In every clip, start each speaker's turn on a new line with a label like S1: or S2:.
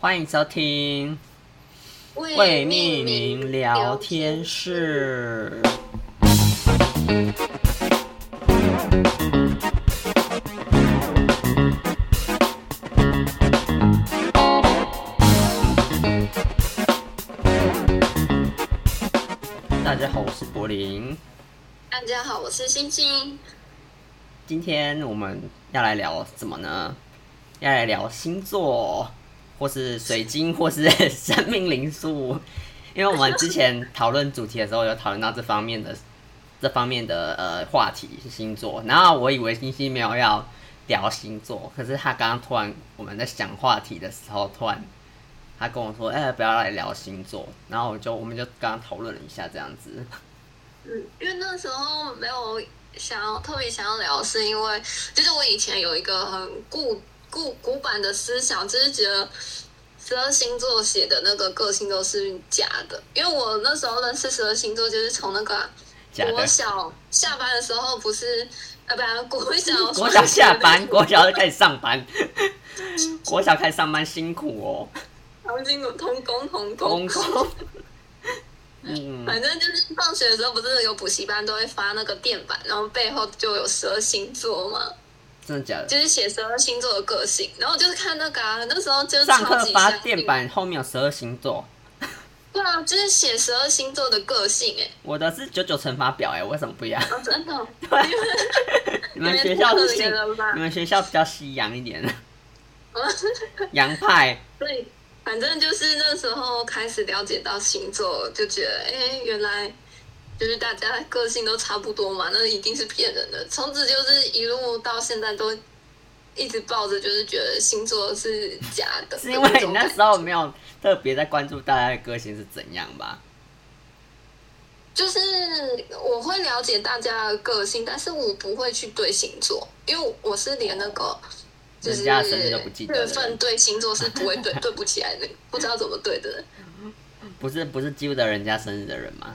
S1: 欢迎收听
S2: 未
S1: 未命名聊天室。大家好，我是柏林。
S2: 大家好，我是星星。
S1: 今天我们要来聊什么呢？要来聊星座，或是水晶，或是 生命灵数。因为我们之前讨论主题的时候，有讨论到这方面的这方面的呃话题是星座。然后我以为星星没有要聊星座，可是他刚刚突然我们在想话题的时候，突然他跟我说：“哎、不要来聊星座。”然后我就我们就刚刚讨论了一下这样子。
S2: 嗯，因为那时候没有想要特别想要聊，是因为就是我以前有一个很固固古板的思想，就是觉得十二星座写的那个个性都是假的。因为我那时候认识十二星座，就是从那个啊
S1: 假的
S2: 国小下班的时候，不是呃，不然国小
S1: 国小下 班， 国小就开始上班， 国小开始上班辛 苦哦，
S2: 同金同工同
S1: 公
S2: 工
S1: 公。 嗯，
S2: 反正就是放学的时候，不是有补习班都会发那个垫板，然后背后就有十二星座嘛，
S1: 真的假的？
S2: 就是写十二星座的个性。然后我就是看那个、啊，那时候就是
S1: 上课
S2: 超级
S1: 发
S2: 相信
S1: 电，板后面有十二星座，
S2: 对啊，就是写十二星座的个性、欸，
S1: 我的是九九乘法表哎，为什么不一 样？
S2: 哎、哦，真的哦，
S1: 你们学校是
S2: 太
S1: 信
S2: 可怜了吧
S1: 你们学校比较西洋一 点，洋派。
S2: 对，反正就是那时候开始了解到星座，就觉得哎、原来就是大家个性都差不多嘛，那一定是骗人的。从此就是一路到现在都一直抱着，就是觉得星座是假的。
S1: 是因为你
S2: 种
S1: 那
S2: 感
S1: 时候没有特别在关注大家的个性是怎样吧？
S2: 就是我会了解大家的个性，但是我不会去对星座，因为我是连那个。就
S1: 人
S2: 是
S1: 家的生日都不记得的
S2: 月
S1: 人
S2: 份对星座是不会 对对不起来的，不知道怎么对的人。
S1: 不是不是记不得人家生日的人吗？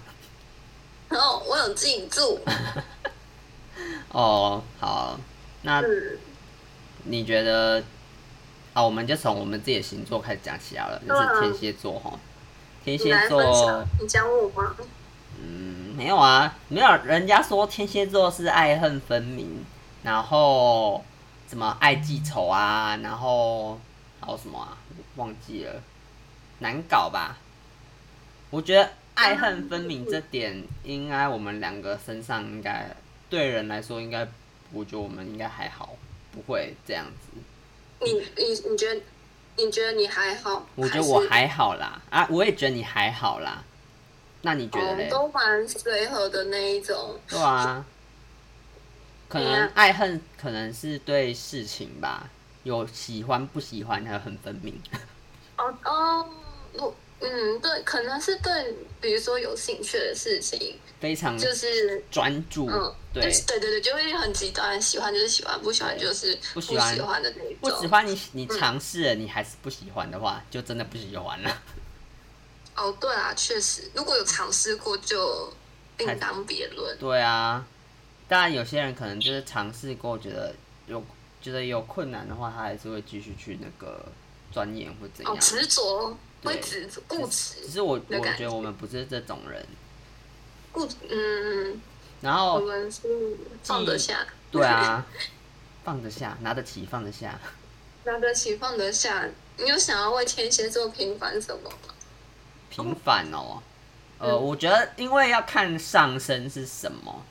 S2: 然后我有记住，
S1: 啊哦，好，那
S2: 嗯，
S1: 你觉得？啊，我们就从我们自己的星座开始讲起来了，就
S2: 对啊
S1: 是天蝎座哈。天
S2: 你
S1: 蝎
S2: 来分
S1: 座
S2: 享，，你讲我吗？
S1: 嗯，没有啊，没有。人家说天蝎座是爱恨分明，然后什么爱记仇啊，然后还有什么啊，忘记了，难搞吧？我觉得爱恨分明这点，应该我们两个身上应该对人来说应该，我觉得我们应该还好，不会这样子。
S2: 你你你觉得你觉得你还好？
S1: 我觉得我
S2: 是
S1: 还好啦，啊，我也觉得你还好啦。那你觉得嘞？
S2: 哦都蛮随和的那一种。
S1: 对啊，可
S2: 对
S1: 能
S2: 啊
S1: 爱恨可能是对事情吧，有喜欢不喜欢，还有很分明。
S2: 哦哦，我嗯对，可能是对，比如说有兴趣的事情，
S1: 非常
S2: 就是
S1: 专注，
S2: 嗯，
S1: 嗯对
S2: 就，是对对对，就会很极端，喜欢就是喜欢，不喜欢就是
S1: 不喜
S2: 喜
S1: 欢
S2: 欢的那一种。
S1: 不喜欢你你
S2: 嗯
S1: 尝试了，你还是不喜欢的话，就真的不喜欢 了。
S2: 哦，对啊，确实，如果有尝试过就
S1: 还
S2: 另当别论。
S1: 对啊，当然有些人可能就是尝试过，觉得有觉得有困难的话，他还是会继续去那个钻研或怎样
S2: 哦，。执着
S1: 对
S2: 会执着固执
S1: 只是我
S2: 的
S1: 我
S2: 感
S1: 觉得我们不是这种人，
S2: 固执，嗯，
S1: 然
S2: 我
S1: 后
S2: 们是放得下。
S1: 对 啊，放得下，拿得起，放得下。
S2: 拿得起放得下，你有想要为天蝎座平反什么吗？
S1: 平凡哦。呃，
S2: 嗯
S1: 我觉得因为要看上身是什么，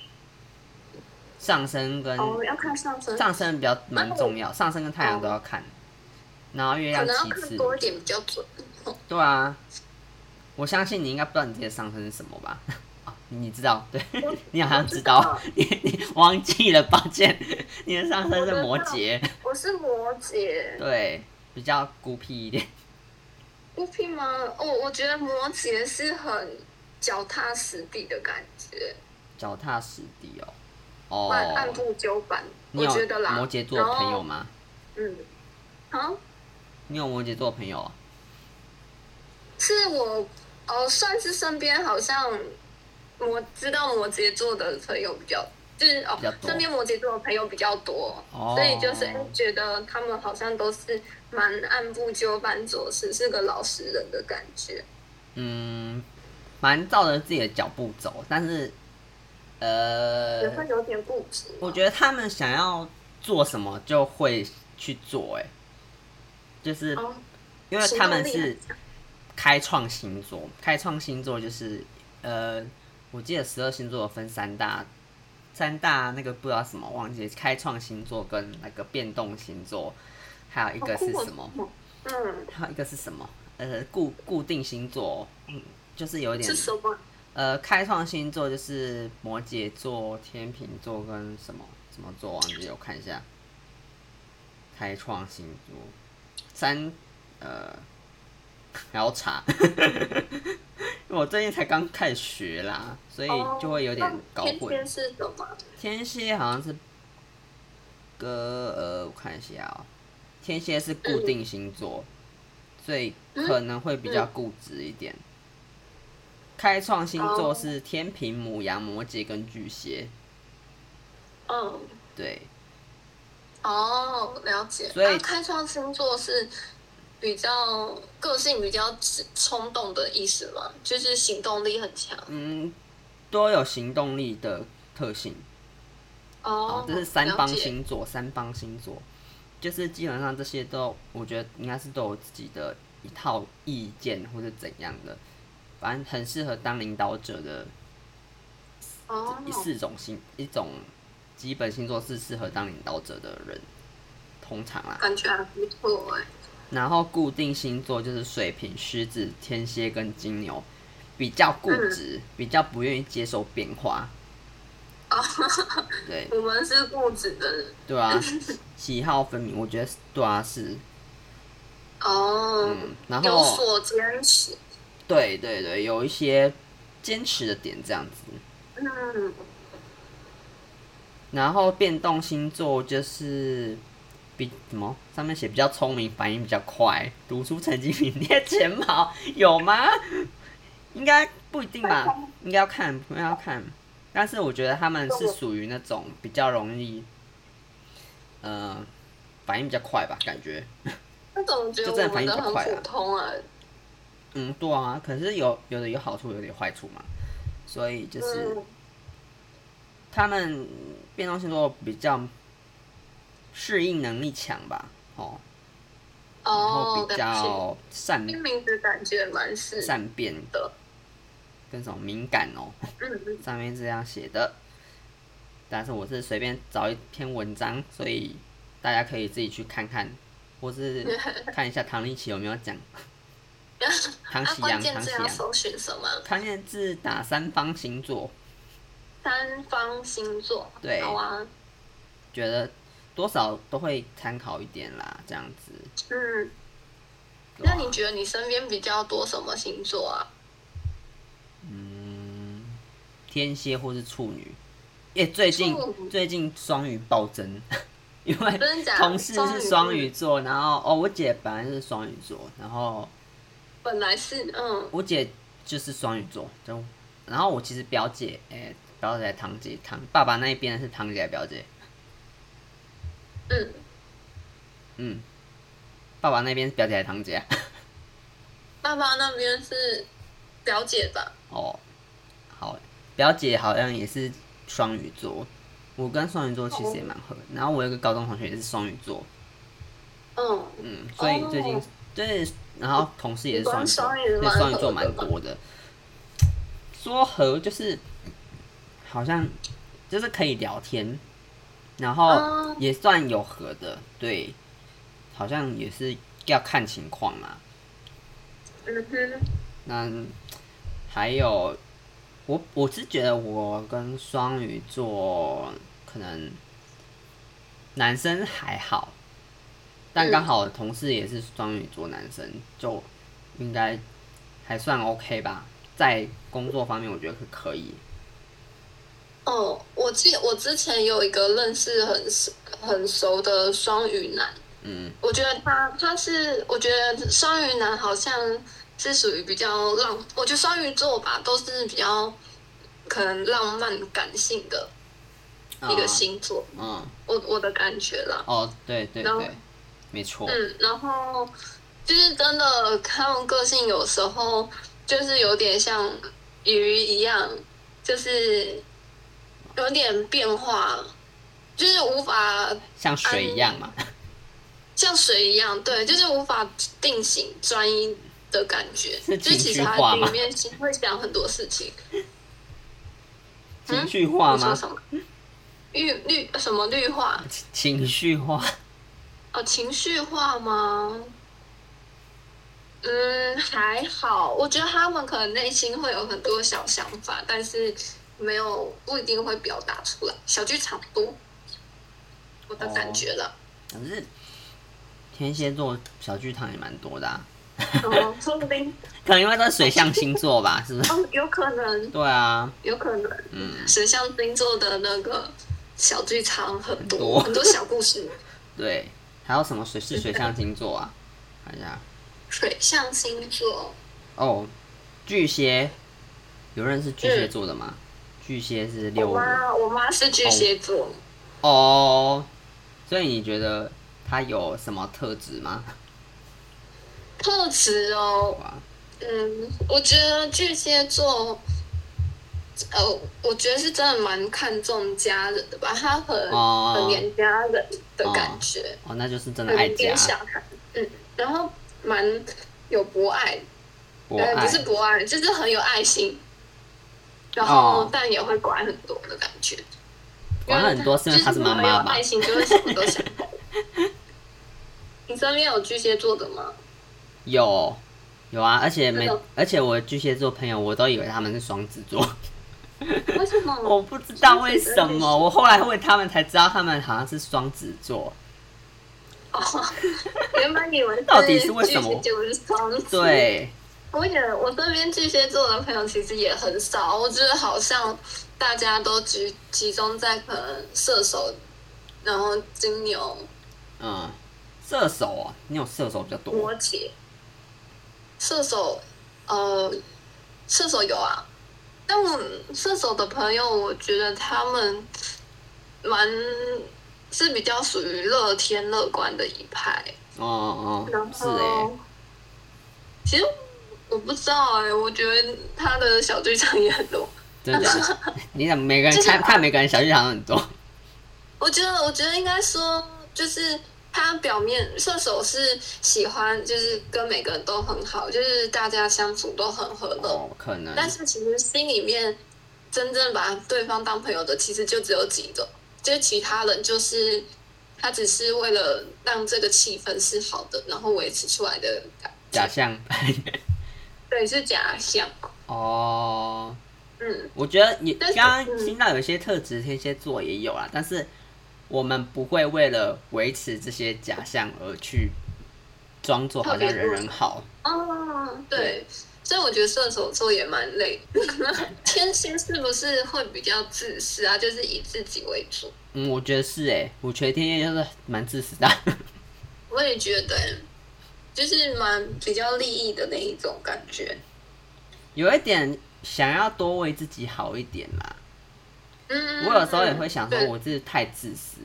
S1: 上身跟
S2: 哦，要看上升，
S1: 嗯上身比较蛮重要，上身跟太阳都要看，然后月
S2: 可
S1: 亮
S2: 哦能要
S1: 其
S2: 看
S1: 次。
S2: 多一点比较准。
S1: 对啊，我相信你应该不知道你自己的上身是什么吧？ 啊你知道， 对你好像知道， 你你忘记了，抱歉， 你的上身是摩羯，
S2: 我是摩羯，
S1: 对，比较孤僻一点。
S2: 孤僻吗？哦，我觉得摩羯是很脚踏实地的感觉，
S1: 脚踏实地哦。
S2: 按按
S1: 哦，
S2: 部就班。
S1: 你
S2: 我
S1: 有
S2: 觉得啦，
S1: 摩羯座的朋友
S2: 然后？
S1: 吗？
S2: 嗯，好，
S1: 你有摩羯座的朋友哦？
S2: 是我哦，算是身边好像摩知道摩羯座的朋友比较就是哦
S1: 比较，多
S2: 身边摩羯座的朋友比较多，
S1: 哦
S2: 所以就是哎觉得他们好像都是蛮按部就班做事，是个老实人的感觉。
S1: 嗯，蛮照着自己的脚步走，但是呃
S2: 也，会有点固执。
S1: 我觉得他们想要做什么就会去做、哎，就是
S2: 哦，
S1: 因为他们
S2: 行动力
S1: 是
S2: 很强
S1: 开创星座，开创星座就是呃，我记得十二星座有分三大，三大那个不知道什么忘记，开创星座跟那个变动星座，还有一个是什么？？
S2: 好酷哦嗯，
S1: 还有一个是什么？呃，固固定星座，嗯，就是有一点
S2: 是什么？
S1: 呃，开创星座就是摩羯座、天秤座跟什么什么座忘记了，我看一下。开创星座，三呃， 还要查， 因为我最近才刚开始学啦，所以就会有点搞
S2: 哦天
S1: 混
S2: 蝎。是什么？
S1: 天蝎好像是个呃，我看一下哦、天蝎是固定星
S2: 嗯
S1: 座，所以可能会比较固执一点。开创星座是天平、母羊、摩羯跟巨蟹，
S2: 嗯，
S1: 对，
S2: 哦，了解。
S1: 所以
S2: 啊开创星座是比较个性比较冲动的意思吗？就是行动力很强。
S1: 嗯，都有行动力的特性。
S2: 哦
S1: 哦，，这是三帮
S2: 了解
S1: 星座，三帮星座，就是基本上这些都，我觉得应该是都有自己的一套意见或者怎样的，反正很适合当领导者的
S2: 哦，
S1: 四种星一种基本星座是适合当领导者的人，通常啦。
S2: 感觉还不错哎。
S1: 然后固定星座就是水瓶、狮子、天蝎跟金牛，比较固
S2: 嗯
S1: 执，比较不愿意接受变化。
S2: 哦，
S1: 对
S2: 我们是固执的人。
S1: 对 啊，喜好分明，我觉得是对啊是，
S2: 哦，
S1: 嗯，然后
S2: 有所坚持。
S1: 对对对，有一些坚持的点这样子。
S2: 嗯，
S1: 然后变动星座就是比什么上面写比较聪明，反应比较快，读书成绩名列前茅，有吗？ 应该不一定吧，应该要看，应该要看。但是我觉得他们是属于那种比较容易，呃，反应比较快吧，感觉。
S2: 那种觉得
S1: 就真的反
S2: 我们
S1: 应
S2: 的
S1: 比较
S2: 很
S1: 快啊
S2: 普通啊。
S1: 嗯，对啊，可是有有的有好处，有的有坏处嘛，所以就是。
S2: 嗯，
S1: 他们变动星座比较适应能力强吧，哦，然后
S2: 哦，
S1: 比
S2: 感觉
S1: 较善
S2: 听名字感觉蛮是
S1: 善变
S2: 的。
S1: 跟什么敏感哦，
S2: 嗯嗯。
S1: 上面这样写的。但是我是随便找一篇文章，所以大家可以自己去看看，或 是看一下唐立奇有没有讲唐
S2: 啊，
S1: 启
S2: 关
S1: 阳，
S2: 键
S1: 唐
S2: 字
S1: 启
S2: 要
S1: 阳，
S2: 搜寻什么？
S1: 关键字打三方星座，
S2: 三方星座。
S1: 对
S2: 好啊。
S1: 觉得多少都会参考一点啦，这样子。
S2: 嗯，
S1: 对
S2: 那
S1: 啊
S2: 你觉得你身边比较多什么星座啊？
S1: 嗯，天蝎或是处女，耶，最近
S2: 处女
S1: 最近双鱼暴增， 因为
S2: 真的假的
S1: 同事
S2: 双鱼
S1: 是双鱼座，然后哦，我姐本来是双鱼座，然后
S2: 本来是嗯
S1: 我姐就是双鱼座，就然后我其实表姐，哎、表姐堂姐堂爸爸那一边是堂姐表姐，
S2: 嗯，
S1: 嗯，爸爸那边是表姐堂姐啊、
S2: 爸爸那边是表姐吧？
S1: 哦，好，表姐好像也是双鱼座，我跟双鱼座其
S2: 哦
S1: 实也蛮合，然后我有个高中同学也是双鱼座。
S2: 嗯，
S1: 嗯，所以最近、
S2: 哦
S1: 对，然后同事也是双鱼座，
S2: 双鱼
S1: 对
S2: 蛮
S1: 双鱼座
S2: 合的
S1: 蛮
S2: 吧
S1: 多的。说合就是好像就是可以聊天，然后
S2: 哦
S1: 也算有合的，对，好像也是要看情况啦。
S2: 嗯哼，
S1: 那还有，我我是觉得我跟双鱼座可能男生还好，但
S2: 嗯
S1: 刚好同事也是双鱼座男生，就应该还算 OK 吧。在工作方面，我觉得是可以。
S2: 哦，我记我之前有一个认识很熟很熟的双鱼男，
S1: 嗯，
S2: 我觉得他他是，我觉得双鱼男好像是属于比较浪，我觉得双鱼座吧都是比较可能浪漫感性的，
S1: 啊
S2: 一个星座，
S1: 嗯，
S2: 我我的感觉啦。
S1: 哦，对对
S2: 然后
S1: 对，没错，
S2: 嗯，然后就是真的，他们个性有时候就是有点像鱼一样，就是有点变化，就是无法
S1: 像水一样嘛，
S2: 啊像水一样，对，就是无法定型专一的感觉。
S1: 是
S2: 就是其
S1: 情
S2: 实
S1: 绪化
S2: 它
S1: 吗
S2: 里面会讲很多事情。嗯
S1: 情绪化
S2: 你说
S1: 吗？
S2: 什么？绿绿什么绿化？
S1: 情绪化，
S2: 哦，情绪化吗？嗯，还好，我觉得他们可能内心会有很多小想法，但是没有不一定会表达出来。小剧场多，我的
S1: 哦
S2: 感觉了。
S1: 可是天蝎座小剧场也蛮多的、啊，
S2: 哦，说不定，
S1: 可能因为都是水象星座吧，是不是？
S2: 哦，有可能，
S1: 对啊，
S2: 有可能，
S1: 嗯，
S2: 水象星座的那个小剧场很多
S1: 多
S2: 很多小故事。
S1: 对，还有什么水是水象星座啊？看一下，
S2: 水象星座，
S1: 哦，巨蟹，有认识巨蟹座的吗？巨蟹是六
S2: 我妈我妈是巨蟹座，
S1: 哦，所以你觉得他有什么特质吗？
S2: 特质哦，
S1: 哇，
S2: 嗯，我觉得巨蟹座，呃，我觉得是真的蛮看重家人的吧，他很、
S1: 哦
S2: 很黏家人的感觉，
S1: 哦，那就是真的爱
S2: 很
S1: 家
S2: 黏，小孩，嗯，然后蛮有博爱，
S1: 博
S2: 呃，
S1: 爱
S2: 不是博爱，就是很有爱心，然
S1: 哦
S2: 后但也会管很多的感觉，
S1: 管很多是因为她是妈妈
S2: 就是很有
S1: 吧
S2: 爱？心就会什么都想。你身边有巨蟹座的吗？
S1: 有，有啊，而且没
S2: 真的，
S1: 而且我的巨蟹座朋友，我都以为他们是双子座，
S2: 为什么？
S1: 我不知道为
S2: 双
S1: 什
S2: 子座是
S1: 么，我后来问他们才知道，他们好像是双子座。
S2: 哦， 原本以为
S1: 到底是为什么
S2: 巨蟹座是双子，，
S1: 对，
S2: 我也我身边巨蟹座的朋友其实也很少，我觉得好像大家都集集中在可能射手，然后金牛、
S1: 嗯，射手哦，你有射手比较多
S2: 摩羯，射手，呃，射手有啊，但我射手的朋友，我觉得他们蛮是比较属于乐天乐观的一派，
S1: 哦哦
S2: 然，
S1: 是哎
S2: 后，，其实我不知道哎、我觉得他的小剧场也很多。
S1: 真的假 的，你怎么每个人
S2: 就是
S1: 看看每个人小剧场都很多？
S2: 我觉得，我觉得应该说，就是他表面射手是喜欢，就是跟每个人都很好，就是大家相处都很和乐，
S1: 哦，可能，
S2: 但是其实心里面真正把对方当朋友的，其实就只有几个，就是其他人就是。他只是为了让这个气氛是好的，然后维持出来的感，
S1: 假象
S2: 对，是假象。
S1: 哦。
S2: 嗯，
S1: 我觉得你
S2: 但是
S1: 刚刚
S2: 嗯
S1: 听到有些特质，天蝎座也有啦，但是我们不会为了维持这些假象而去装作好像人人好。
S2: 哦，对，所以我觉得射手座也蛮累。 天蝎是不是会比较自私啊？就是以自己为主。
S1: 嗯，我觉得是哎、我觉得天蝎就是蛮自私的。
S2: 我也觉得，欸就是蛮比较利益的那一种感觉。
S1: 有一点想要多为自己好一点啦。
S2: 嗯，
S1: 我有时候也会想说，
S2: 对
S1: 我是太自私，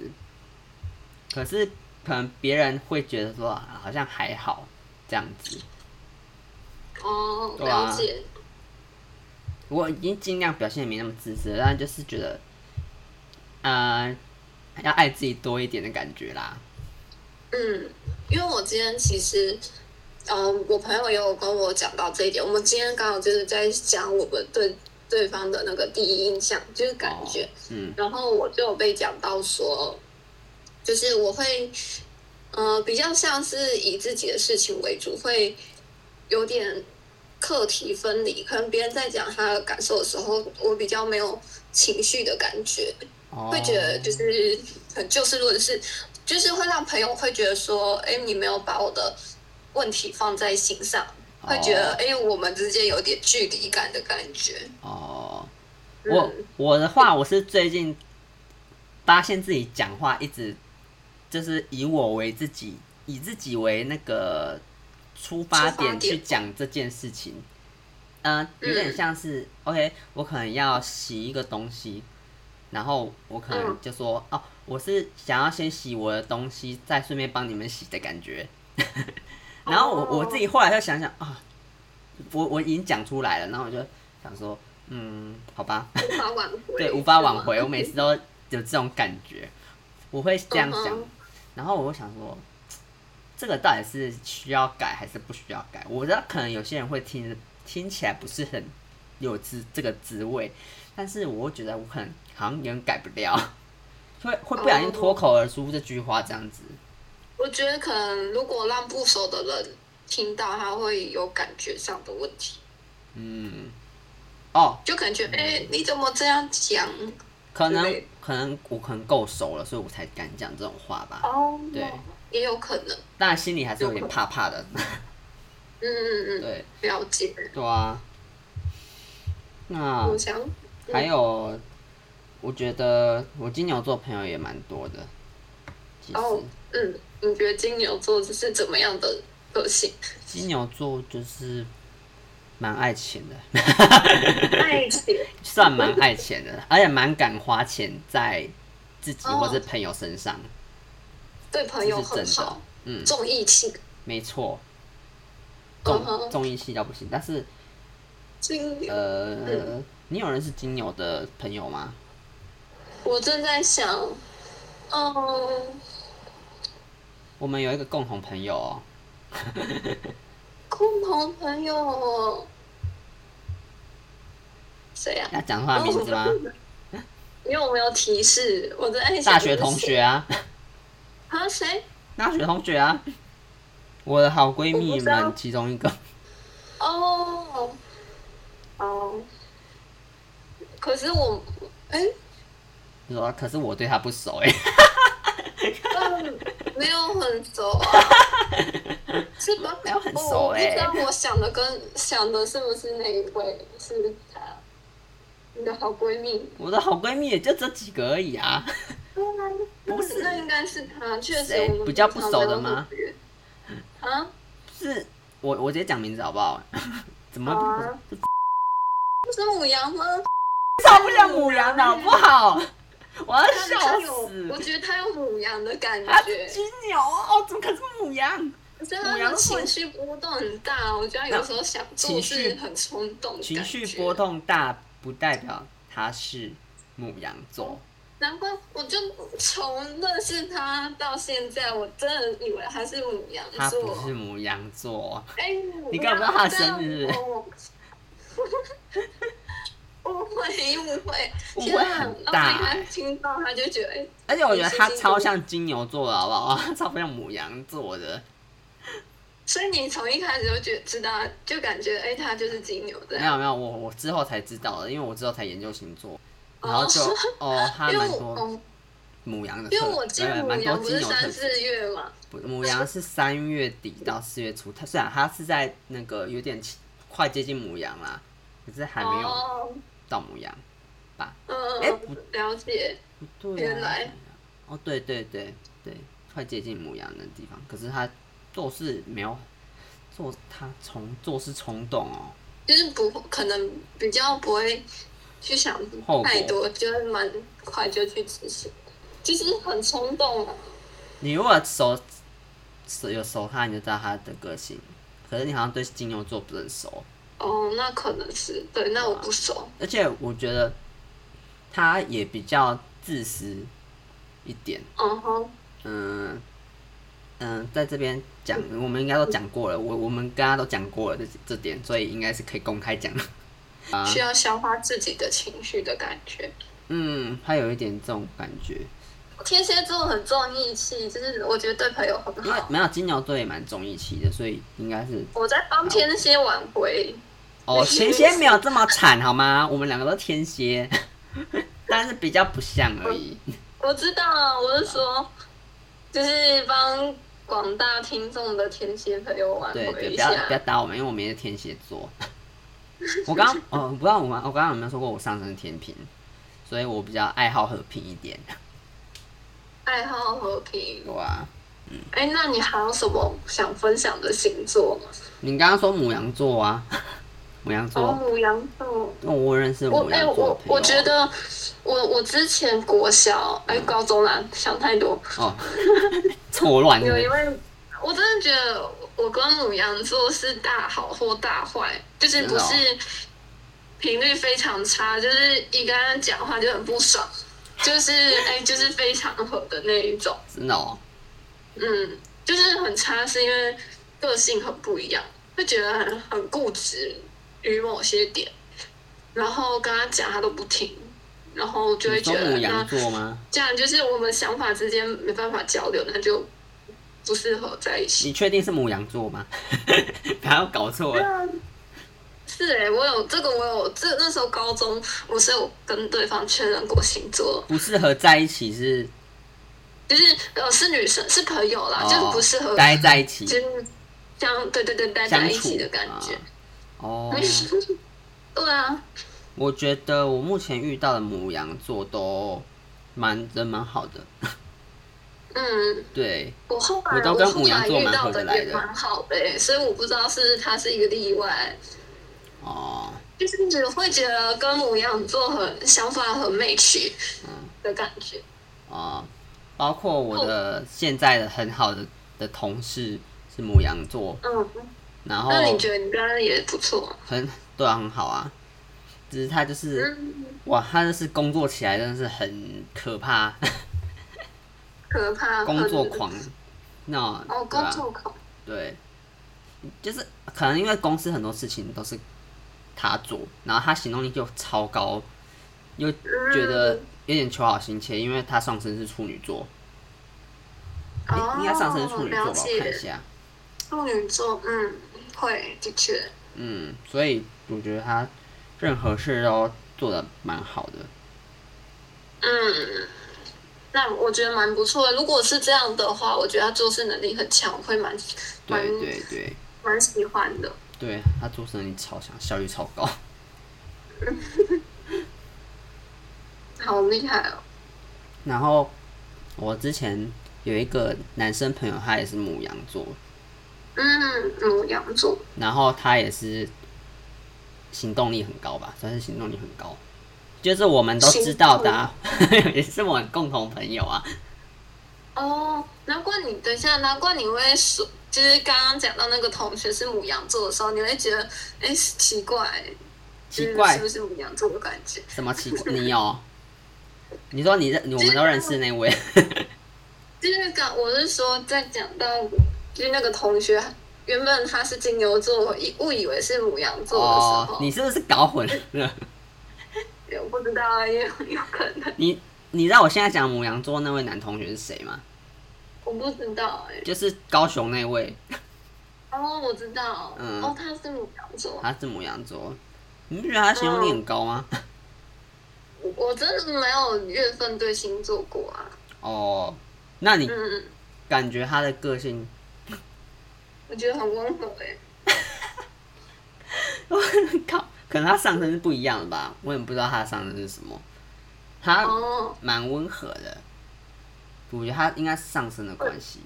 S1: 可是可能别人会觉得说啊好像还好这样子。
S2: 哦，
S1: 对啊
S2: 了解。
S1: 我已经尽量表现得没那么自私了，但就是觉得，呃，要爱自己多一点的感觉啦。
S2: 嗯，因为我今天其实，嗯，我朋友也有跟我讲到这一点。我们今天刚好就是在讲我们对对方的那个第一印象，就是感觉。
S1: 嗯，
S2: 然后我就有被讲到说，就是我会，呃，比较像是以自己的事情为主，会有点课题分离。可能别人在讲他的感受的时候，我比较没有情绪的感觉，
S1: 哦
S2: 会觉得就是很就事论事，就是会让朋友会觉得说，哎，你没有把我的问题放在心上，
S1: 哦
S2: 会觉得哎，诶我们之间有点距离感的感觉。
S1: 哦，
S2: 嗯
S1: 我我的话，我是最近发现自己讲话一直就是以我为自己，以自己为那个出发
S2: 出发
S1: 点
S2: 点
S1: 去讲这件事情。呃，有点
S2: 嗯
S1: 像是、OK，我可能要洗一个东西，然后我可
S2: 嗯
S1: 能就说、哦，我是想要先洗我的东西，再顺便帮你们洗的感觉。然后我
S2: 哦
S1: 我自己后来就想想啊，我我已经讲出来了，然后我就想说，嗯，好吧，
S2: 无法挽 回，
S1: 对，无法挽回。
S2: 是吗
S1: 我每次都有这种感觉，我会这样想
S2: 嗯哼。
S1: 然后我就想说，这个到底是需要改还是不需要改？我知道可能有些人会听听起来不是很有滋这个滋味，但是我会觉得我可能好像有点改不了，会会不小心
S2: 哦
S1: 脱口而出这句话这样子。
S2: 我觉得可能如果让不熟的人听到，他会有感觉上的问题，
S1: 嗯，哦，
S2: 就可能觉得，哎、你怎么这样讲？
S1: 可
S2: 之
S1: 能
S2: 类的
S1: 可能我可能够熟了，所以我才敢讲这种话吧。
S2: 哦，
S1: 对，
S2: 也有可能，
S1: 当然心里还是有点怕怕的。
S2: 嗯嗯嗯，
S1: 对
S2: 了解。
S1: 对啊，那
S2: 我想，
S1: 还有，我觉得我金牛座朋友也蛮多的。其实
S2: 哦，嗯，你觉得金牛座是怎么样的个性？
S1: 金牛座就是蛮爱钱的，
S2: 爱情，
S1: 算蛮爱钱的， 而且蛮敢花钱在自己
S2: 哦
S1: 或是朋友身上，
S2: 对朋友
S1: 这是
S2: 很
S1: 真的
S2: 好，。
S1: 嗯，
S2: 重义气。
S1: 没错，
S2: 嗯
S1: 重
S2: 哼
S1: 重义气到不行，但是。
S2: 金牛，
S1: 呃，你有认识金牛的朋友吗？
S2: 我正在想，嗯，
S1: 我们有一个共同朋友哦，
S2: 共同朋友，谁呀、啊？
S1: 要讲出他的名字吗？
S2: 因为哦我没有提示，我在想
S1: 大学同学啊，
S2: 啊，谁？
S1: 大学同学啊，我的好闺
S2: 我
S1: 蜜
S2: 不知道
S1: 们其中一个，
S2: 哦，哦，可是我，哎、
S1: 你说，可是我对她不熟哎、
S2: 嗯， 没有很熟 啊，是吧？
S1: 没有很熟
S2: 我
S1: 欸
S2: 不知道我想的跟想的是不是那一位？是她，你的好闺蜜？
S1: 我的好闺蜜也就这几个而已啊。不是
S2: 那应该是她，确实
S1: 谁
S2: 我们
S1: 比较不熟的吗
S2: 平常没有很约？啊，
S1: 是我我直接讲名字好不好？怎么
S2: 好啊
S1: 不
S2: 不是母羊吗？
S1: 超不像母羊的好不好？我要
S2: 她
S1: 笑
S2: 有，我
S1: 死！
S2: 觉得她有母羊的感
S1: 她
S2: 觉
S1: 是，金牛哦，怎么可能是母羊？
S2: 可是她的情绪波动很大，我觉得她有时候想做
S1: 情绪
S2: 事很冲动的
S1: 情
S2: 感
S1: 绪
S2: 觉
S1: 波动大不代表她是母羊座。
S2: 难怪我就从认识他到现在，我真的以为他是母羊
S1: 他不
S2: 座。
S1: 是母羊座，
S2: 哎，
S1: 你根本不知道他的生日
S2: 母羊座？ 误会，误会，
S1: 误
S2: 天
S1: 会
S2: 啊
S1: 很大
S2: 然后你看听到他就觉得，哎，
S1: 而且我觉得他
S2: 你是金牛
S1: 超像金牛座的，好不好？ 他超不像母羊座的。
S2: 所以你从一开始就觉知道，就感觉哎，他就是金牛的
S1: 没。有没有，我我之后才知道的，因为我之后才研究星座，然后 就
S2: 哦
S1: 哦，他
S2: 因为
S1: 蛮
S2: 我
S1: 多
S2: 哦
S1: 母羊的特，
S2: 因为我记
S1: 对
S2: 得母
S1: 蛮多
S2: 羊不
S1: 金
S2: 是
S1: 牛的特
S2: 三
S1: 质。
S2: 四月嘛，
S1: 不母羊是三月底到四月初，他虽然他是在那个有点快接近母羊啦，可是还没有
S2: 哦，
S1: 到母羊。
S2: 嗯，
S1: 哎不
S2: 了解，
S1: 不对、啊，
S2: 原来
S1: 哦，对对对对，快接近母羊的地方，可是他做事没有做，他冲做事冲动哦，
S2: 就是不可能比较不会去想
S1: 后果
S2: 太多，就会蛮快就去执行，就是很冲动啊。
S1: 你如果熟熟有熟他，你就知道他的个性。可是你好像对金牛座不是很熟，
S2: 哦，那可能是对，那我不熟。
S1: 而且我觉得他也比较自私一点。
S2: 嗯哼，
S1: 嗯嗯，在这边讲，我们应该都讲过了，我我们刚刚都讲过了这这点，所以应该是可以公开讲。啊
S2: 需要消化自己的情绪的感觉。
S1: 嗯，他有一点这种感觉，
S2: 天蝎座很重义气，就是我觉得对朋友很
S1: 因为
S2: 好。
S1: 没有金牛座也蛮重义气的，所以应该是
S2: 我在帮天蝎挽回，
S1: 哦，天蝎没有这么惨好吗？我们两个都天蝎， 但是比较不像而已。
S2: 我知道啊，我是说，就是帮广大听众的天蝎朋友挽
S1: 对
S2: 回
S1: 对，
S2: 一
S1: 不要不要
S2: 下。
S1: 打我们，因为我们也是天蝎座。 我刚哦，不知道我们我刚刚有没有说过我上升是天平，所以我比较爱好和平一点，
S2: 爱好和平。
S1: 对啊。
S2: 哎，那你还有什么想分享的星座吗？
S1: 你刚刚说母羊座啊， 母羊
S2: 哦，
S1: 座，
S2: 母羊座。
S1: 那我认识
S2: 我
S1: 母
S2: 哎、
S1: 羊座的朋友
S2: 我
S1: 啊
S2: 我觉得我我之前国小哎、高中啦，想太多。
S1: 哦， 错乱
S2: 有一位，我真的觉得我跟母羊座是大好或大坏，就是不
S1: 哦
S2: 是频率非常差，就是一跟他讲话就很不爽，就是哎、就是非常合的那一种。
S1: 真的哦，
S2: 嗯，就是很差，是因为个性很不一样，会觉得很很固执于某些点，然后跟他讲他都不听，然后就会
S1: 你
S2: 觉
S1: 说母
S2: 得
S1: 羊
S2: 那
S1: 座吗？
S2: 这样就是我们想法之间没办法交流，那就不适合在一起。
S1: 你确定是母羊座吗？ 不要搞错了。
S2: 是哎、我有这个，我有这那时候高中我是有跟对方确认过星座，
S1: 不适合在一起是
S2: 就是呃是女生是朋友啦，啊就是不适合
S1: 哦、待在一起
S2: 就是相对对对待
S1: 相
S2: 在一
S1: 处
S2: 起的感觉。
S1: 啊哦，
S2: 对啊，
S1: 我觉得我目前遇到的母羊座都蛮人蛮好的，
S2: 嗯，
S1: 对，
S2: 我后来
S1: 我都跟
S2: 后
S1: 母羊
S2: 来
S1: 座
S2: 遇
S1: 蛮
S2: 到
S1: 合得来
S2: 也
S1: 的
S2: 蛮好的、欸，所以我不知道是不是他是一个例外，
S1: 哦，
S2: 就是只会觉得跟母羊座很想法很 match
S1: 嗯，
S2: 的感觉。
S1: 哦，包括我的现在的很好的的同事是母羊座，
S2: 嗯，
S1: 然后
S2: 那你觉得你刚刚也不错？
S1: 很对啊，很好啊，只是他就是
S2: 嗯，
S1: 哇，他就是工作起来真的是很可怕，
S2: 可怕，
S1: 工作
S2: 很
S1: 狂，那
S2: 哦，
S1: 对
S2: 工
S1: 啊
S2: 作狂，
S1: 对，就是可能因为公司很多事情都是他做，然后他行动力就超高，又
S2: 嗯
S1: 觉得有点求好心切，因为他上身是处女座，诶
S2: 哦，
S1: 应该上身是处女座
S2: 了
S1: 吧？我看一
S2: 解，
S1: 下，
S2: 处女座，嗯，会，的确，
S1: 嗯，所以我觉得他任何事都做的蛮好的，
S2: 嗯。那我觉得蛮不错的。如果是这样的话，我觉得他做事能力很强，我会蛮蛮
S1: 对对对
S2: 蛮喜欢的。
S1: 对，他做事能力超强，效率超高，
S2: 好厉害哦！
S1: 然后我之前有一个男生朋友，他也是母羊座，
S2: 嗯，母羊座，
S1: 然后他也是行动力很高吧，算是行动力很高，就是我们都知道的、啊， 也是我们共同朋友啊。
S2: 哦，难怪你等一下，难怪你会说，就是刚刚讲到那个同学是母羊座的时候，你会觉得，哎、奇怪，
S1: 奇
S2: 就是
S1: 怪
S2: 是，不是母羊座的感觉？
S1: 什么奇怪？你哦，你说你认，我们都认识那位，
S2: 就是刚我是说，在讲到就是那个同学，原本他是金牛座，我以误以为是母羊座的时
S1: 哦
S2: 候，，
S1: 你是不是搞混了？
S2: 我不知道，也有有可能，
S1: 你你知道我现在讲母羊座那位男同学是谁吗？
S2: 我不知道、哎，
S1: 就是高雄那位，
S2: 哦，我知道，
S1: 嗯
S2: 哦，他是母羊座，
S1: 他是母羊座，你不觉得他行动力很高吗？
S2: 我我真的没有月份对星座过啊，
S1: 哦，那你
S2: 嗯。
S1: 感觉他的个性
S2: 我觉得很温和哎、
S1: 靠，可能他上身是不一样的吧，我也不知道他的上身是什么。
S2: 欸。
S1: 他
S2: 哦，
S1: 蛮温和的，我觉得他应该是上身的关系。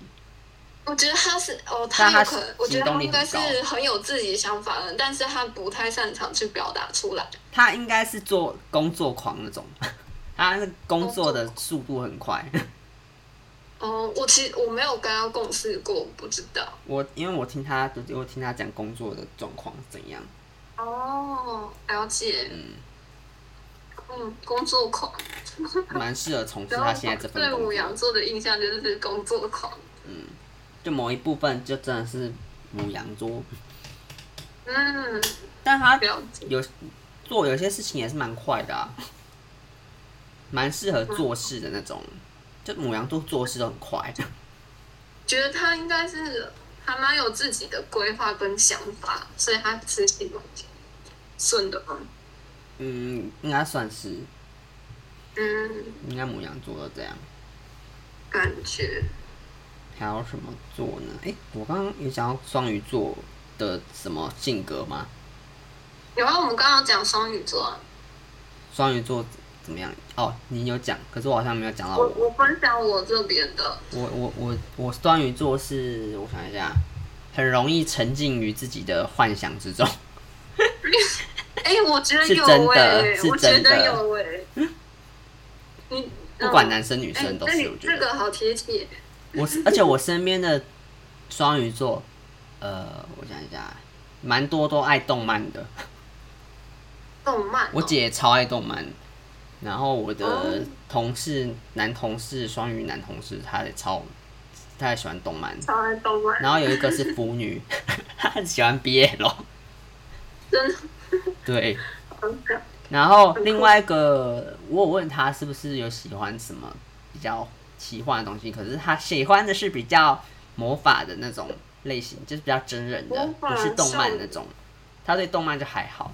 S2: 我觉得他是哦，
S1: 但他
S2: 有可能，我觉
S1: 行
S2: 得
S1: 动
S2: 他
S1: 力
S2: 应该
S1: 很
S2: 是
S1: 高
S2: 很有自己想法的，但是他不太擅长去表达出来。
S1: 他应该是做工作狂那种， 他是工作的速度很快。
S2: 哦，我其实我没有跟他共事过，不知道。
S1: 我因为我听他，我听他讲工作的状况是怎样，
S2: 哦，了解。
S1: 嗯，
S2: 嗯，工作狂。
S1: 蛮适合从事
S2: 然
S1: 他
S2: 后
S1: 现在这份
S2: 对
S1: 工
S2: 母
S1: 作
S2: 羊。座的印象就是工作狂。
S1: 就某一部分就真的是母羊座，
S2: 嗯，
S1: 但他
S2: 了解。
S1: 有做有些事情也是蛮快的、啊，蛮适合做事的那种。就母羊座做事都很快，
S2: 觉得他应该是还蛮有自己的规划跟想法，所以他执行蛮顺的嘛。
S1: 嗯，应该算是，
S2: 嗯，
S1: 应该母羊座都这样。
S2: 感觉。
S1: 还有什么座呢？诶，我刚刚有讲到双鱼座的什么性格吗？
S2: 有啊，我们刚刚讲双鱼座、啊，
S1: 双鱼座怎么样？哦，你有讲，可是我好像没有讲到
S2: 我
S1: 我。
S2: 我分享我这边的，
S1: 我我我我双鱼座是，我想一下，很容易沉浸于自己的幻想之中。
S2: 嗯，哎、我觉得
S1: 是
S2: 有
S1: 真的
S2: 哎、
S1: 是
S2: 我觉
S1: 真
S2: 得
S1: 的
S2: 有哎、你
S1: 不管
S2: 嗯
S1: 男生女
S2: 哎
S1: 生都
S2: 那
S1: 是，
S2: 你
S1: 我觉
S2: 这
S1: 得
S2: 个好贴切，
S1: 我是，而且我身边的双鱼座，呃，我想一下，蛮多都爱动漫的。
S2: 动漫哦、
S1: 我姐也超爱动漫，然后我
S2: 哦
S1: 的同事男同事双鱼男同事，他也超，他也喜欢动漫。
S2: 超爱动漫，
S1: 然后有一个是腐女， 她很喜欢 BL。
S2: 真的
S1: 对，
S2: 很屌
S1: 然后另外一个，我有问他是不是有喜欢什么比较奇幻的东西，可是他喜欢的是比较魔法的那种类型，就是比较真人的
S2: 魔，法
S1: 不是动漫
S2: 少女
S1: 那种。他对动漫就还好，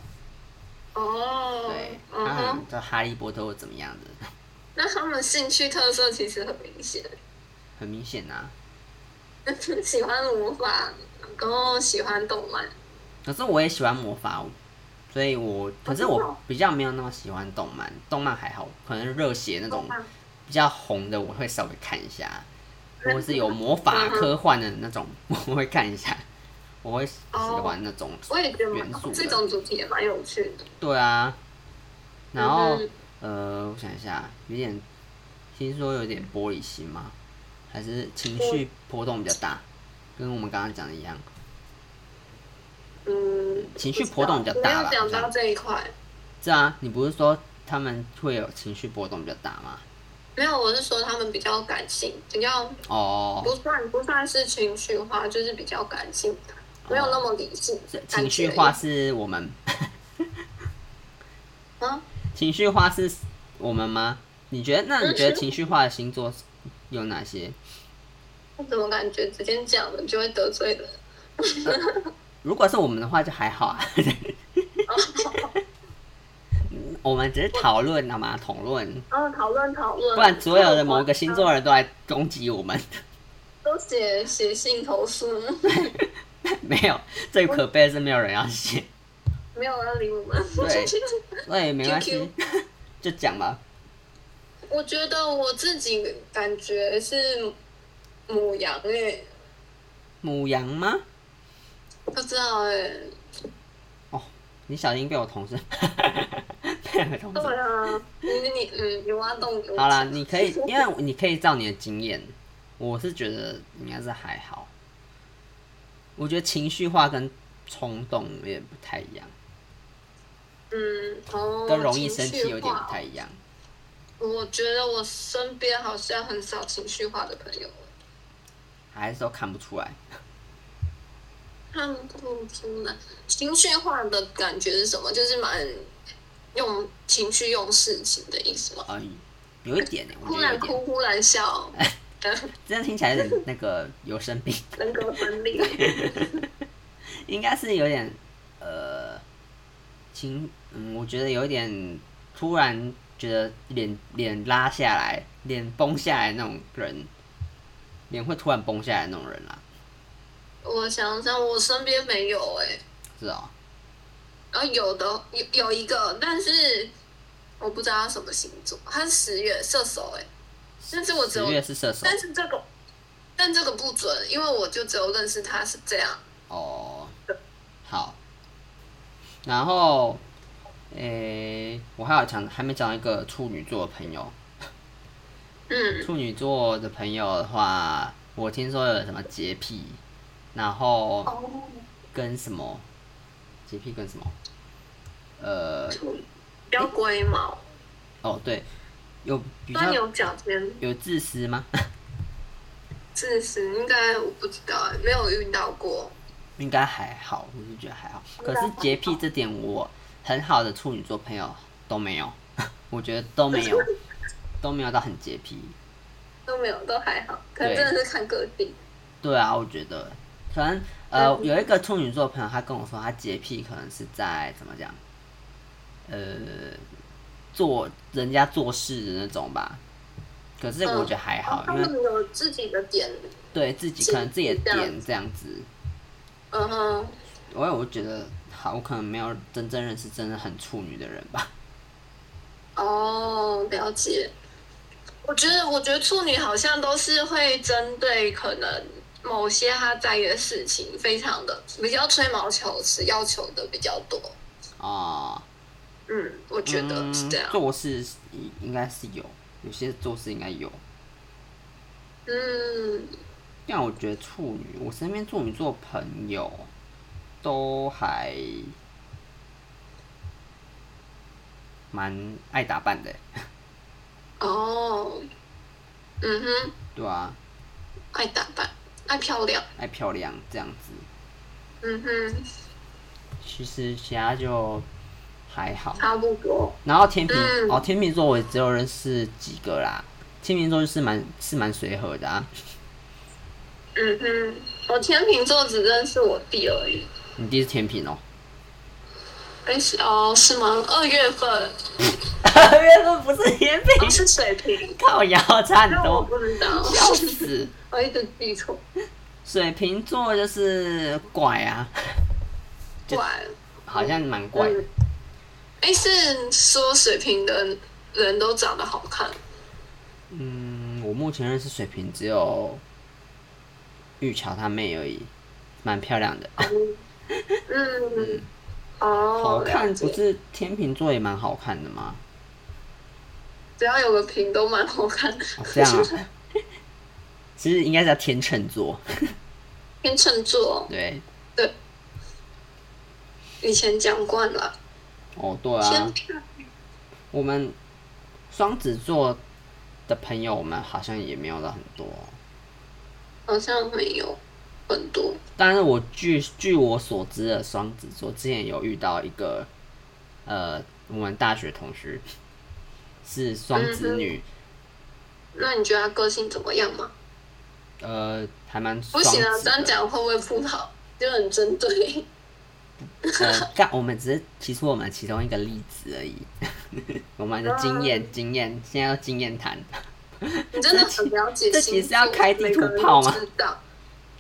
S2: 哦，
S1: 对，他
S2: 嗯
S1: 很
S2: 哼，
S1: 叫哈利波特或怎么样的，
S2: 那他们兴趣特色其实很明显，
S1: 很明显啊。
S2: 喜欢魔法，然后喜欢动漫，
S1: 可是我也喜欢魔法，所以我可是
S2: 真的
S1: 我
S2: 哦
S1: 比较没有那么喜欢动漫，动漫还好，可能热血那种
S2: 动漫
S1: 比较红的我会稍微看一下，如果是有魔法
S2: 嗯哼
S1: 科幻的那种， 我会看一下，我会喜
S2: 哦
S1: 欢那种。
S2: 我也觉得
S1: 元素
S2: 蛮
S1: 的
S2: 这种主题也蛮有趣的。
S1: 对啊，然后
S2: 嗯
S1: 呃，我想一下，有点听说有点玻璃心吗？还是情绪波动比较大，跟我们刚刚讲的一样，
S2: 嗯，
S1: 情绪波动比较大啦
S2: 没有
S1: 好
S2: 讲到
S1: 像
S2: 这一块，
S1: 是啊，你不是说他们会有情绪波动比较大吗？
S2: 没有，我是说他们比较感性，比较
S1: 哦，
S2: 不算不算是情绪化，就是比较感性的，没有那么理性。
S1: 是
S2: 感
S1: 情
S2: 觉
S1: 绪化是我们，
S2: 啊，
S1: 情绪化是我们吗？你觉得？那
S2: 嗯
S1: 你觉得情绪化的星座有哪些？
S2: 我怎么感觉直接讲了就会得罪人？
S1: 如果是我们的话，就还好啊。
S2: 哦
S1: 嗯我们只是讨论好吗？讨论，
S2: 然后哦讨论讨论，
S1: 不然所有的某个星座的人都来攻击我们。
S2: 都写写信投诉，
S1: 没有，最可悲的是没有人要写，
S2: 没有人理我们。
S1: 对所以没关系，就讲吧。
S2: 我觉得我自己感觉是母羊诶、
S1: 母羊吗？
S2: 不知道欸诶、
S1: 你小心被我同事， 被我同事
S2: 对啊，你你嗯，你挖洞给我。
S1: 好啦，你可以，因为你可以照你的经验，我是觉得应该是还好。我觉得情绪化跟冲动有点不太一样，
S2: 嗯，哦，
S1: 跟容易生气有点不太
S2: 情绪
S1: 一样。
S2: 化。我觉得我身边好像很少情绪化的朋友，
S1: 还是都看不出来。
S2: 看不出来情绪化的感觉是什么，就是蛮用情绪用事情的意思嘛，
S1: 呃，有一点呢、欸我
S2: 忽
S1: 觉得有
S2: 然
S1: 一点，
S2: 哭忽然笑，
S1: 这样听起来有点那个有生病，
S2: 人格分裂。
S1: 应该是有点呃情，嗯，我觉得有一点突然觉得脸脸拉下来，脸崩下来那种人，脸会突然崩下来那种人啦、
S2: 我想想，我身边没有哎、
S1: 是哦。
S2: 然后有的有有一个，但是我不知道他什么星座，他是十月射手哎、但是我只
S1: 十
S2: 有
S1: 月是射手
S2: 但是这个，但这个不准，因为我就只有认识他是这样。
S1: 哦，好，然后，诶、我还有讲还没讲一个处女座的朋友，
S2: 嗯，
S1: 处女座的朋友的话，我听说有什么洁癖，然后
S2: 哦，
S1: 跟什么洁癖跟什么，呃，
S2: 比较龟毛，
S1: 哦对，有比
S2: 那
S1: 较
S2: 你有讲先
S1: 有自私吗？
S2: 自私，应该我不知道，没有遇到过。
S1: 应该还好，我是觉得还好。
S2: 应
S1: 可
S2: 该
S1: 是
S2: 还
S1: 洁癖这点，我很好的处女座朋友都没有， 我觉得都没有，都没有到很洁癖。
S2: 都没有，都还好，可能
S1: 对
S2: 真的是看个性。
S1: 对啊，我觉得可能呃
S2: 嗯
S1: 有一个处女座朋友，他跟我说他洁癖可能是在怎么讲，呃，做人家做事的那种吧。可是我觉得还好，
S2: 嗯哦他
S1: 因为
S2: 们有自己的点，
S1: 对自己可能自己的
S2: 这样
S1: 点这样子，
S2: 嗯哼，
S1: 我也我觉得好，我可能没有真正认识真的很处女的人吧。
S2: 哦，了解。我觉得，我觉得处女好像都是会针对可能某些她在意的事情，非常的比较吹毛求疵，要求的比较多。
S1: 啊、
S2: 嗯，我觉得是这样
S1: 嗯。做事应应该是有，有些做事应该有。
S2: 嗯，
S1: 但我觉得处女，我身边处女座朋友都还蛮爱打扮的，
S2: 哦，嗯哼，
S1: 对啊，
S2: 爱打扮，爱漂亮，
S1: 爱漂亮这样子。
S2: 嗯哼，
S1: 其实其他就还好。
S2: 差不多。
S1: 然后天秤、
S2: 嗯
S1: 哦，天秤座我只有认识几个啦。天秤座就是蛮是蛮随和的啊。
S2: 嗯哼，我天秤座只认识我弟而已。
S1: 你弟是天秤哦，
S2: 哎，是哦，是吗？二月份，
S1: 原本不是天秤，
S2: 哦，是水瓶，
S1: 啊靠摇差很
S2: 那
S1: 多，
S2: 我不知道，
S1: 笑死。
S2: 我哦一直记错，
S1: 水瓶座就是怪啊，就
S2: 怪了。
S1: 好像蛮怪的
S2: 嗯。哎，是说水瓶的人都长得好 看，
S1: 嗯，我目前认识水瓶只有玉桥他妹而已，蛮漂亮的。
S2: 嗯，哦，
S1: 好看
S2: 了解
S1: 不是天秤座也蛮好看的吗？
S2: 只要有个瓶都蛮好看的。
S1: 哦、这样 啊，其实应该叫天秤座，
S2: 天秤座
S1: 对，
S2: 以前讲惯了，
S1: 哦对啊
S2: 天，秤
S1: 我们双子座的朋友们好像也没有到很多，
S2: 好像没有很多。
S1: 但是我据据我所知的双子座之前有遇到一个，呃，我们大学同学是双
S2: 嗯
S1: 子女，
S2: 那你觉得他个性怎么样吗？
S1: 呃，还蛮
S2: 不
S1: 双
S2: 行啊，
S1: 子
S2: 这样
S1: 的。
S2: 讲会不会不好？就很针对。
S1: 呃，但我们只是提出我们其中一个例子而已， 我们的经
S2: 啊
S1: 验经验，现在要经验谈。
S2: 你真的很 了解
S1: 这
S2: 星
S1: 集
S2: 座，
S1: 是要开地图炮吗
S2: 每个人都知道，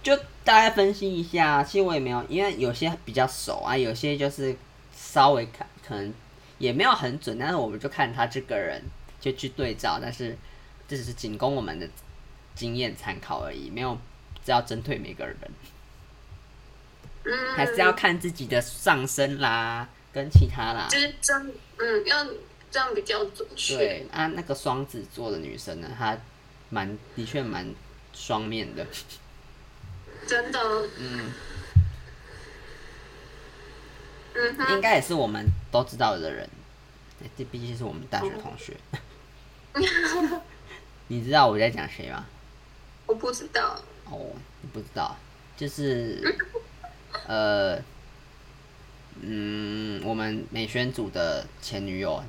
S1: 就大概分析一下，其实我也没有，因为有些比较熟啊，有些就是稍微看，可能也没有很准，但是我们就看他这个人就去对照，但是这只是仅供我们的经验参考而已，没有是要针对每个人，
S2: 嗯，
S1: 还是要看自己的上身啦，跟其他啦
S2: 就。是真，嗯，要这样比较准确。
S1: 对啊，那个双子座的女生呢，她蛮的确蛮双面 的，
S2: 真的，
S1: 嗯，
S2: 嗯哼，
S1: 应该也是我们都知道的人，哎这毕竟是我们大学同学。
S2: 哦
S1: 你知道我在讲谁吗？
S2: 我不知道，
S1: 哦，你不知道， 就是呃，嗯，我们美宣组的前女友，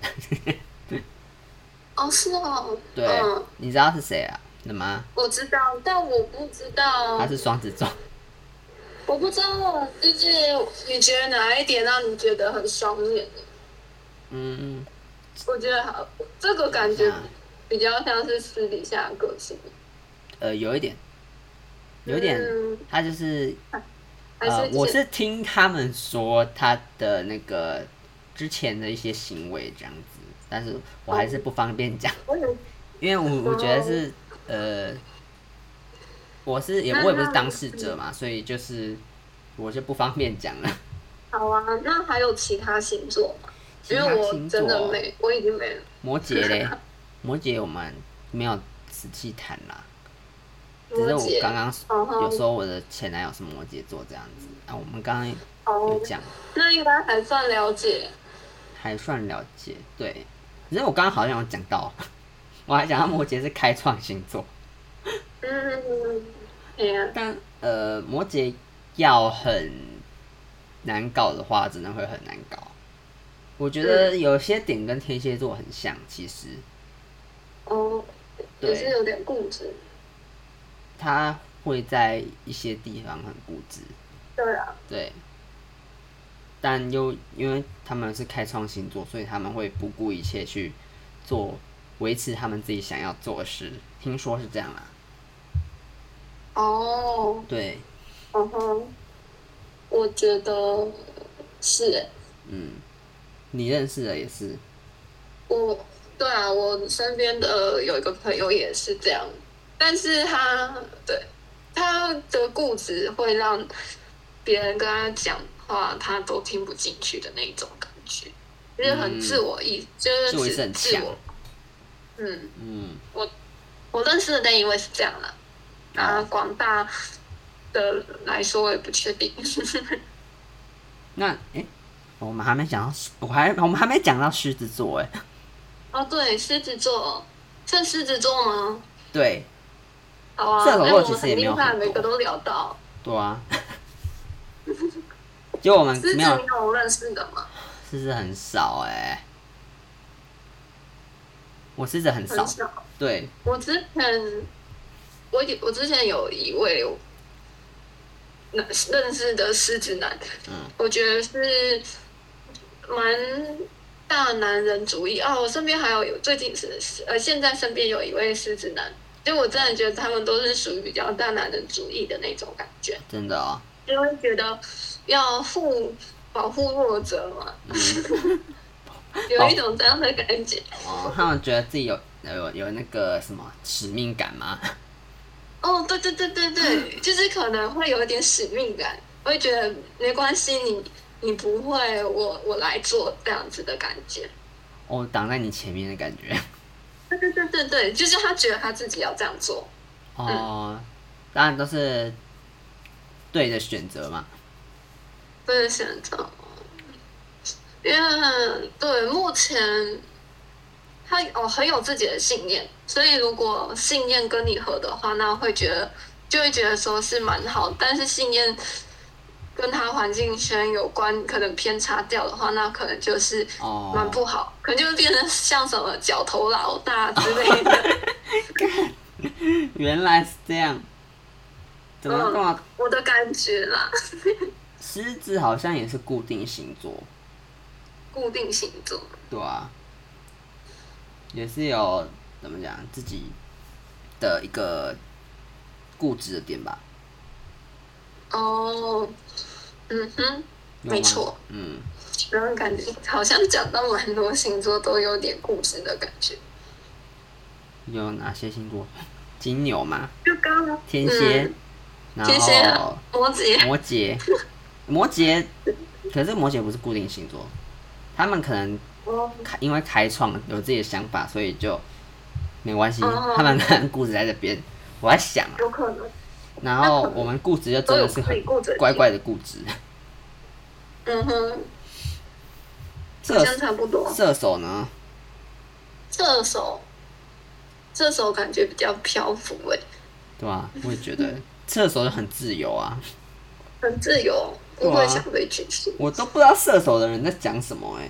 S2: 哦，是哦，
S1: 对，
S2: 嗯，
S1: 你知道是谁啊？什么？
S2: 我知道，但我不知
S1: 她
S2: 道，
S1: 是双子座，
S2: 哦我不知道，就是你觉得哪一点让你觉得很双面？
S1: 嗯，
S2: 我觉得好，这个感觉
S1: 啊
S2: 比较像是私底下的个性，
S1: 呃，有一点，有一点，
S2: 嗯
S1: 她就是
S2: 还是
S1: 呃，
S2: 之前
S1: 我是听他们说他的那个之前的一些行为这样子，但是我还是不方便讲，
S2: 我有
S1: 因为
S2: 哦
S1: 我我觉得是呃，我是也我也不是当事
S2: 嗯
S1: 者嘛，所以就是我就不方便讲了。
S2: 好啊，那还有其他星座吗？
S1: 其
S2: 因
S1: 他
S2: 为我
S1: 星
S2: 真的
S1: 座
S2: 没，我已经没了。
S1: 摩羯 嘞，摩羯我们没有仔细谈啦，只是我刚刚
S2: 哦吼
S1: 有说我的前男友是摩羯座这样子啊，我们刚刚有
S2: 哦，
S1: 讲。
S2: 那应该还算了解。
S1: 还算了解，对。只是我刚刚好像有讲到， 我还讲到摩羯是开创星座，
S2: 嗯，哎呀，
S1: 但呃，摩羯要很难搞的话，真的会很难搞。我觉得有些点跟天蝎座很像，其实
S2: 哦，
S1: 对
S2: 也是有点固执。
S1: 他会在一些地方很固执，
S2: 对啊，
S1: 对。但又因为他们是开创星座，所以他们会不顾一切去做维持他们自己想要做的事。听说是这样啦、
S2: 哦，
S1: 对，
S2: 嗯哼，我觉得是欸
S1: 嗯，你认识的也是，
S2: 我，对啊，我身边的有一个朋友也是这样，但是他对他的固执会让别人跟他讲话，他都听不进去的那种感觉。觉，就是很自我意，就是
S1: 嗯自我意识很
S2: 自
S1: 强
S2: 我。嗯，
S1: 嗯，
S2: 我认识的那一位是这样啦，啊
S1: 哦，
S2: 广大的来说我也不确定。
S1: 那诶，我们还没讲到，我还我们还没讲到狮子座诶，
S2: 哦，对，狮子座，算狮子座吗？
S1: 对
S2: 好啊，
S1: 射手
S2: 哎
S1: 座
S2: 我
S1: 其
S2: 们
S1: 实也
S2: 很
S1: 没有
S2: 厉害，
S1: 很多
S2: 每个都聊到。
S1: 对啊， 就我们
S2: 狮子
S1: 没
S2: 你
S1: 有啊
S2: 有认识的吗？
S1: 狮子很少哎、我狮子很
S2: 很
S1: 少，
S2: 少。
S1: 对，
S2: 我之前，我有我之前有一位我那认识的狮子男，
S1: 嗯
S2: 我觉得是蛮大男人主义啊。我身边还有有最近是呃，现在身边有一位狮子男，就我真的觉得他们都是属于比较大男人主义的那种感觉，
S1: 真的哦，
S2: 就会觉得要护保护弱者嘛， 有一种这样的感觉。
S1: 哦，他们觉得自己有有有那个什么使命感吗？
S2: 哦，对对对对对，就是可能会有一点使命感，会觉得没关系，你你不会，我我来做这样子的感觉。
S1: 我、挡在你前面的感觉。
S2: 对对对对对，就是他觉得他自己要这样做。
S1: 哦， 当然都是对的选择嘛。
S2: 对选择，因为对目前他哦很有自己的信念，所以如果信念跟你合的话，那会觉得就会觉得说是蛮好，但是信念跟他环境圈有关，可能偏差掉的话，那可能就是
S1: 哦，
S2: 蛮不好，可能就会变成像什么角头老大之类的。
S1: 原来是这样。怎么
S2: 嗯
S1: 干嘛？
S2: 我的感觉啦，嗯
S1: 狮子好像也是固定星座，
S2: 固定星座，
S1: 对啊，也是有怎么讲自己的一个固执的点吧。
S2: 哦，嗯哼。
S1: 有吗
S2: 没错。
S1: 嗯，
S2: 然后感觉好像讲到蛮多星座都有点固执的感觉，
S1: 有哪些星座？ 金牛嘛，
S2: 就刚刚
S1: 天蝎，
S2: 嗯
S1: 然
S2: 天蝎啊
S1: 后、
S2: 摩羯，
S1: 摩羯，摩羯，可是摩羯不是固定星座，他们可能
S2: 哦
S1: 开因为开创有自己的想法，所以就没关系，
S2: 哦
S1: 他们可能固执在这边。我在想啊，
S2: 有可能，
S1: 然后我们固执就真的是
S2: 都
S1: 很
S2: 有固执
S1: 乖乖的固执。
S2: 嗯哼，好
S1: 射
S2: 像差不多。
S1: 射手呢？
S2: 射手，射手感觉比较漂浮欸诶、
S1: 对吧、我也觉得射手就很自由啊，
S2: 很自由，
S1: 对啊
S2: 不会想被拘束，
S1: 我都不知道射手的人在讲什么哎、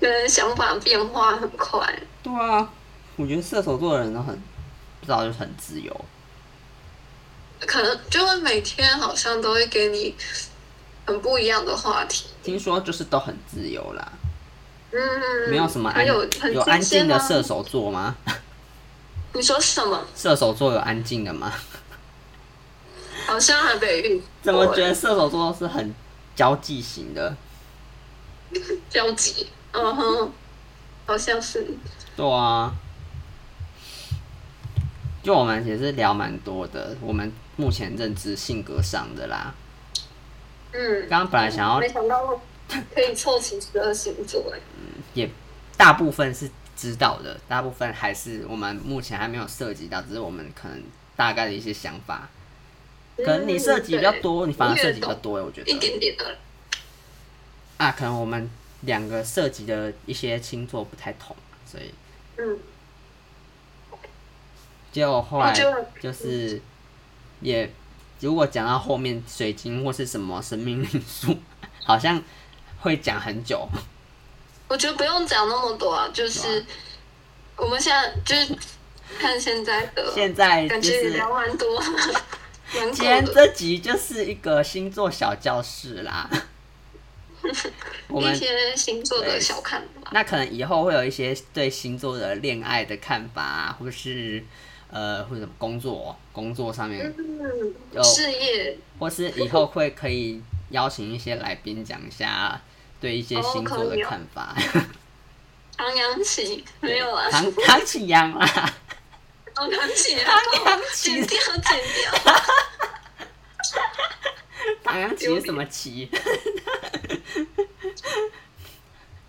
S2: 可能想法变化很快。
S1: 对啊，我觉得射手座的人都很不知道就是很自由。
S2: 可能就会每天好像都会给你很不一样的话题，
S1: 听说就是都很自由啦，
S2: 嗯，
S1: 没有什么
S2: 还
S1: 安
S2: 有很
S1: 有安静的
S2: 新鲜吗啊
S1: 射手座吗？
S2: 你说什么？
S1: 射手座有安静的吗？
S2: 好像还没遇过，
S1: 怎么觉得射手座是很交际型的？
S2: 交集，嗯哼，好像是，
S1: 对啊，就我们也是聊蛮多的，我们目前认知性格上的啦。
S2: 嗯，
S1: 刚刚本来想要
S2: 没想到可以凑齐十二星座哎，
S1: 也大部分是知道的，大部分还是我们目前还没有涉及到，只是我们可能大概的一些想法。可能你涉及比较多，
S2: 嗯
S1: 你反而
S2: 对
S1: 涉及比较多，我觉
S2: 一
S1: 得
S2: 点点的，
S1: 啊，可能我们两个涉及的一些星座不太同，所以
S2: 嗯，
S1: 结果后来
S2: 我觉得
S1: 就是也，如果讲到后面水晶或是什么生命灵数， 好像会讲很久。
S2: 我觉得不用讲那么多啊，就
S1: 对
S2: 是我们现在就是看现在的，
S1: 现在就
S2: 感觉也
S1: 是
S2: 聊蛮多， 蛮
S1: 今天
S2: 酷的，
S1: 这集就是一个星座小教室 啦。我
S2: 一
S1: 们
S2: 些星座的
S1: 对
S2: 小看法，
S1: 那可能以后会有一些对星座的恋爱的看法、啊，或是呃，或者什么工作工作上面，
S2: 嗯
S1: 有，
S2: 事业
S1: 或是以后会可以邀请一些来宾讲一下对一些
S2: 哦
S1: 星座
S2: 可
S1: 的
S2: 以哦
S1: 看法。
S2: 唐扬起没有啊，
S1: 唐唐启阳啊 啦，
S2: 唐扬 起啊，
S1: 唐扬起
S2: 剪掉剪掉。
S1: 唐扬启是什么启？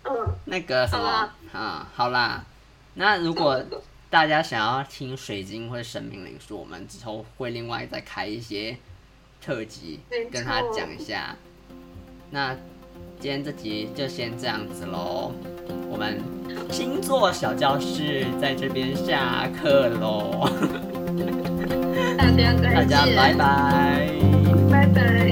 S2: 嗯，
S1: 那个什
S2: 好
S1: 么
S2: 啦，
S1: 嗯，好啦，那如果大家想要听水晶或者神明灵数，我们之后会另外再开一些特辑
S2: 没错
S1: 跟他讲一下。那今天这集就先这样子喽，我们星座小教室在这边下课喽，
S2: 大家再见，
S1: 大家拜拜。
S2: 拜拜。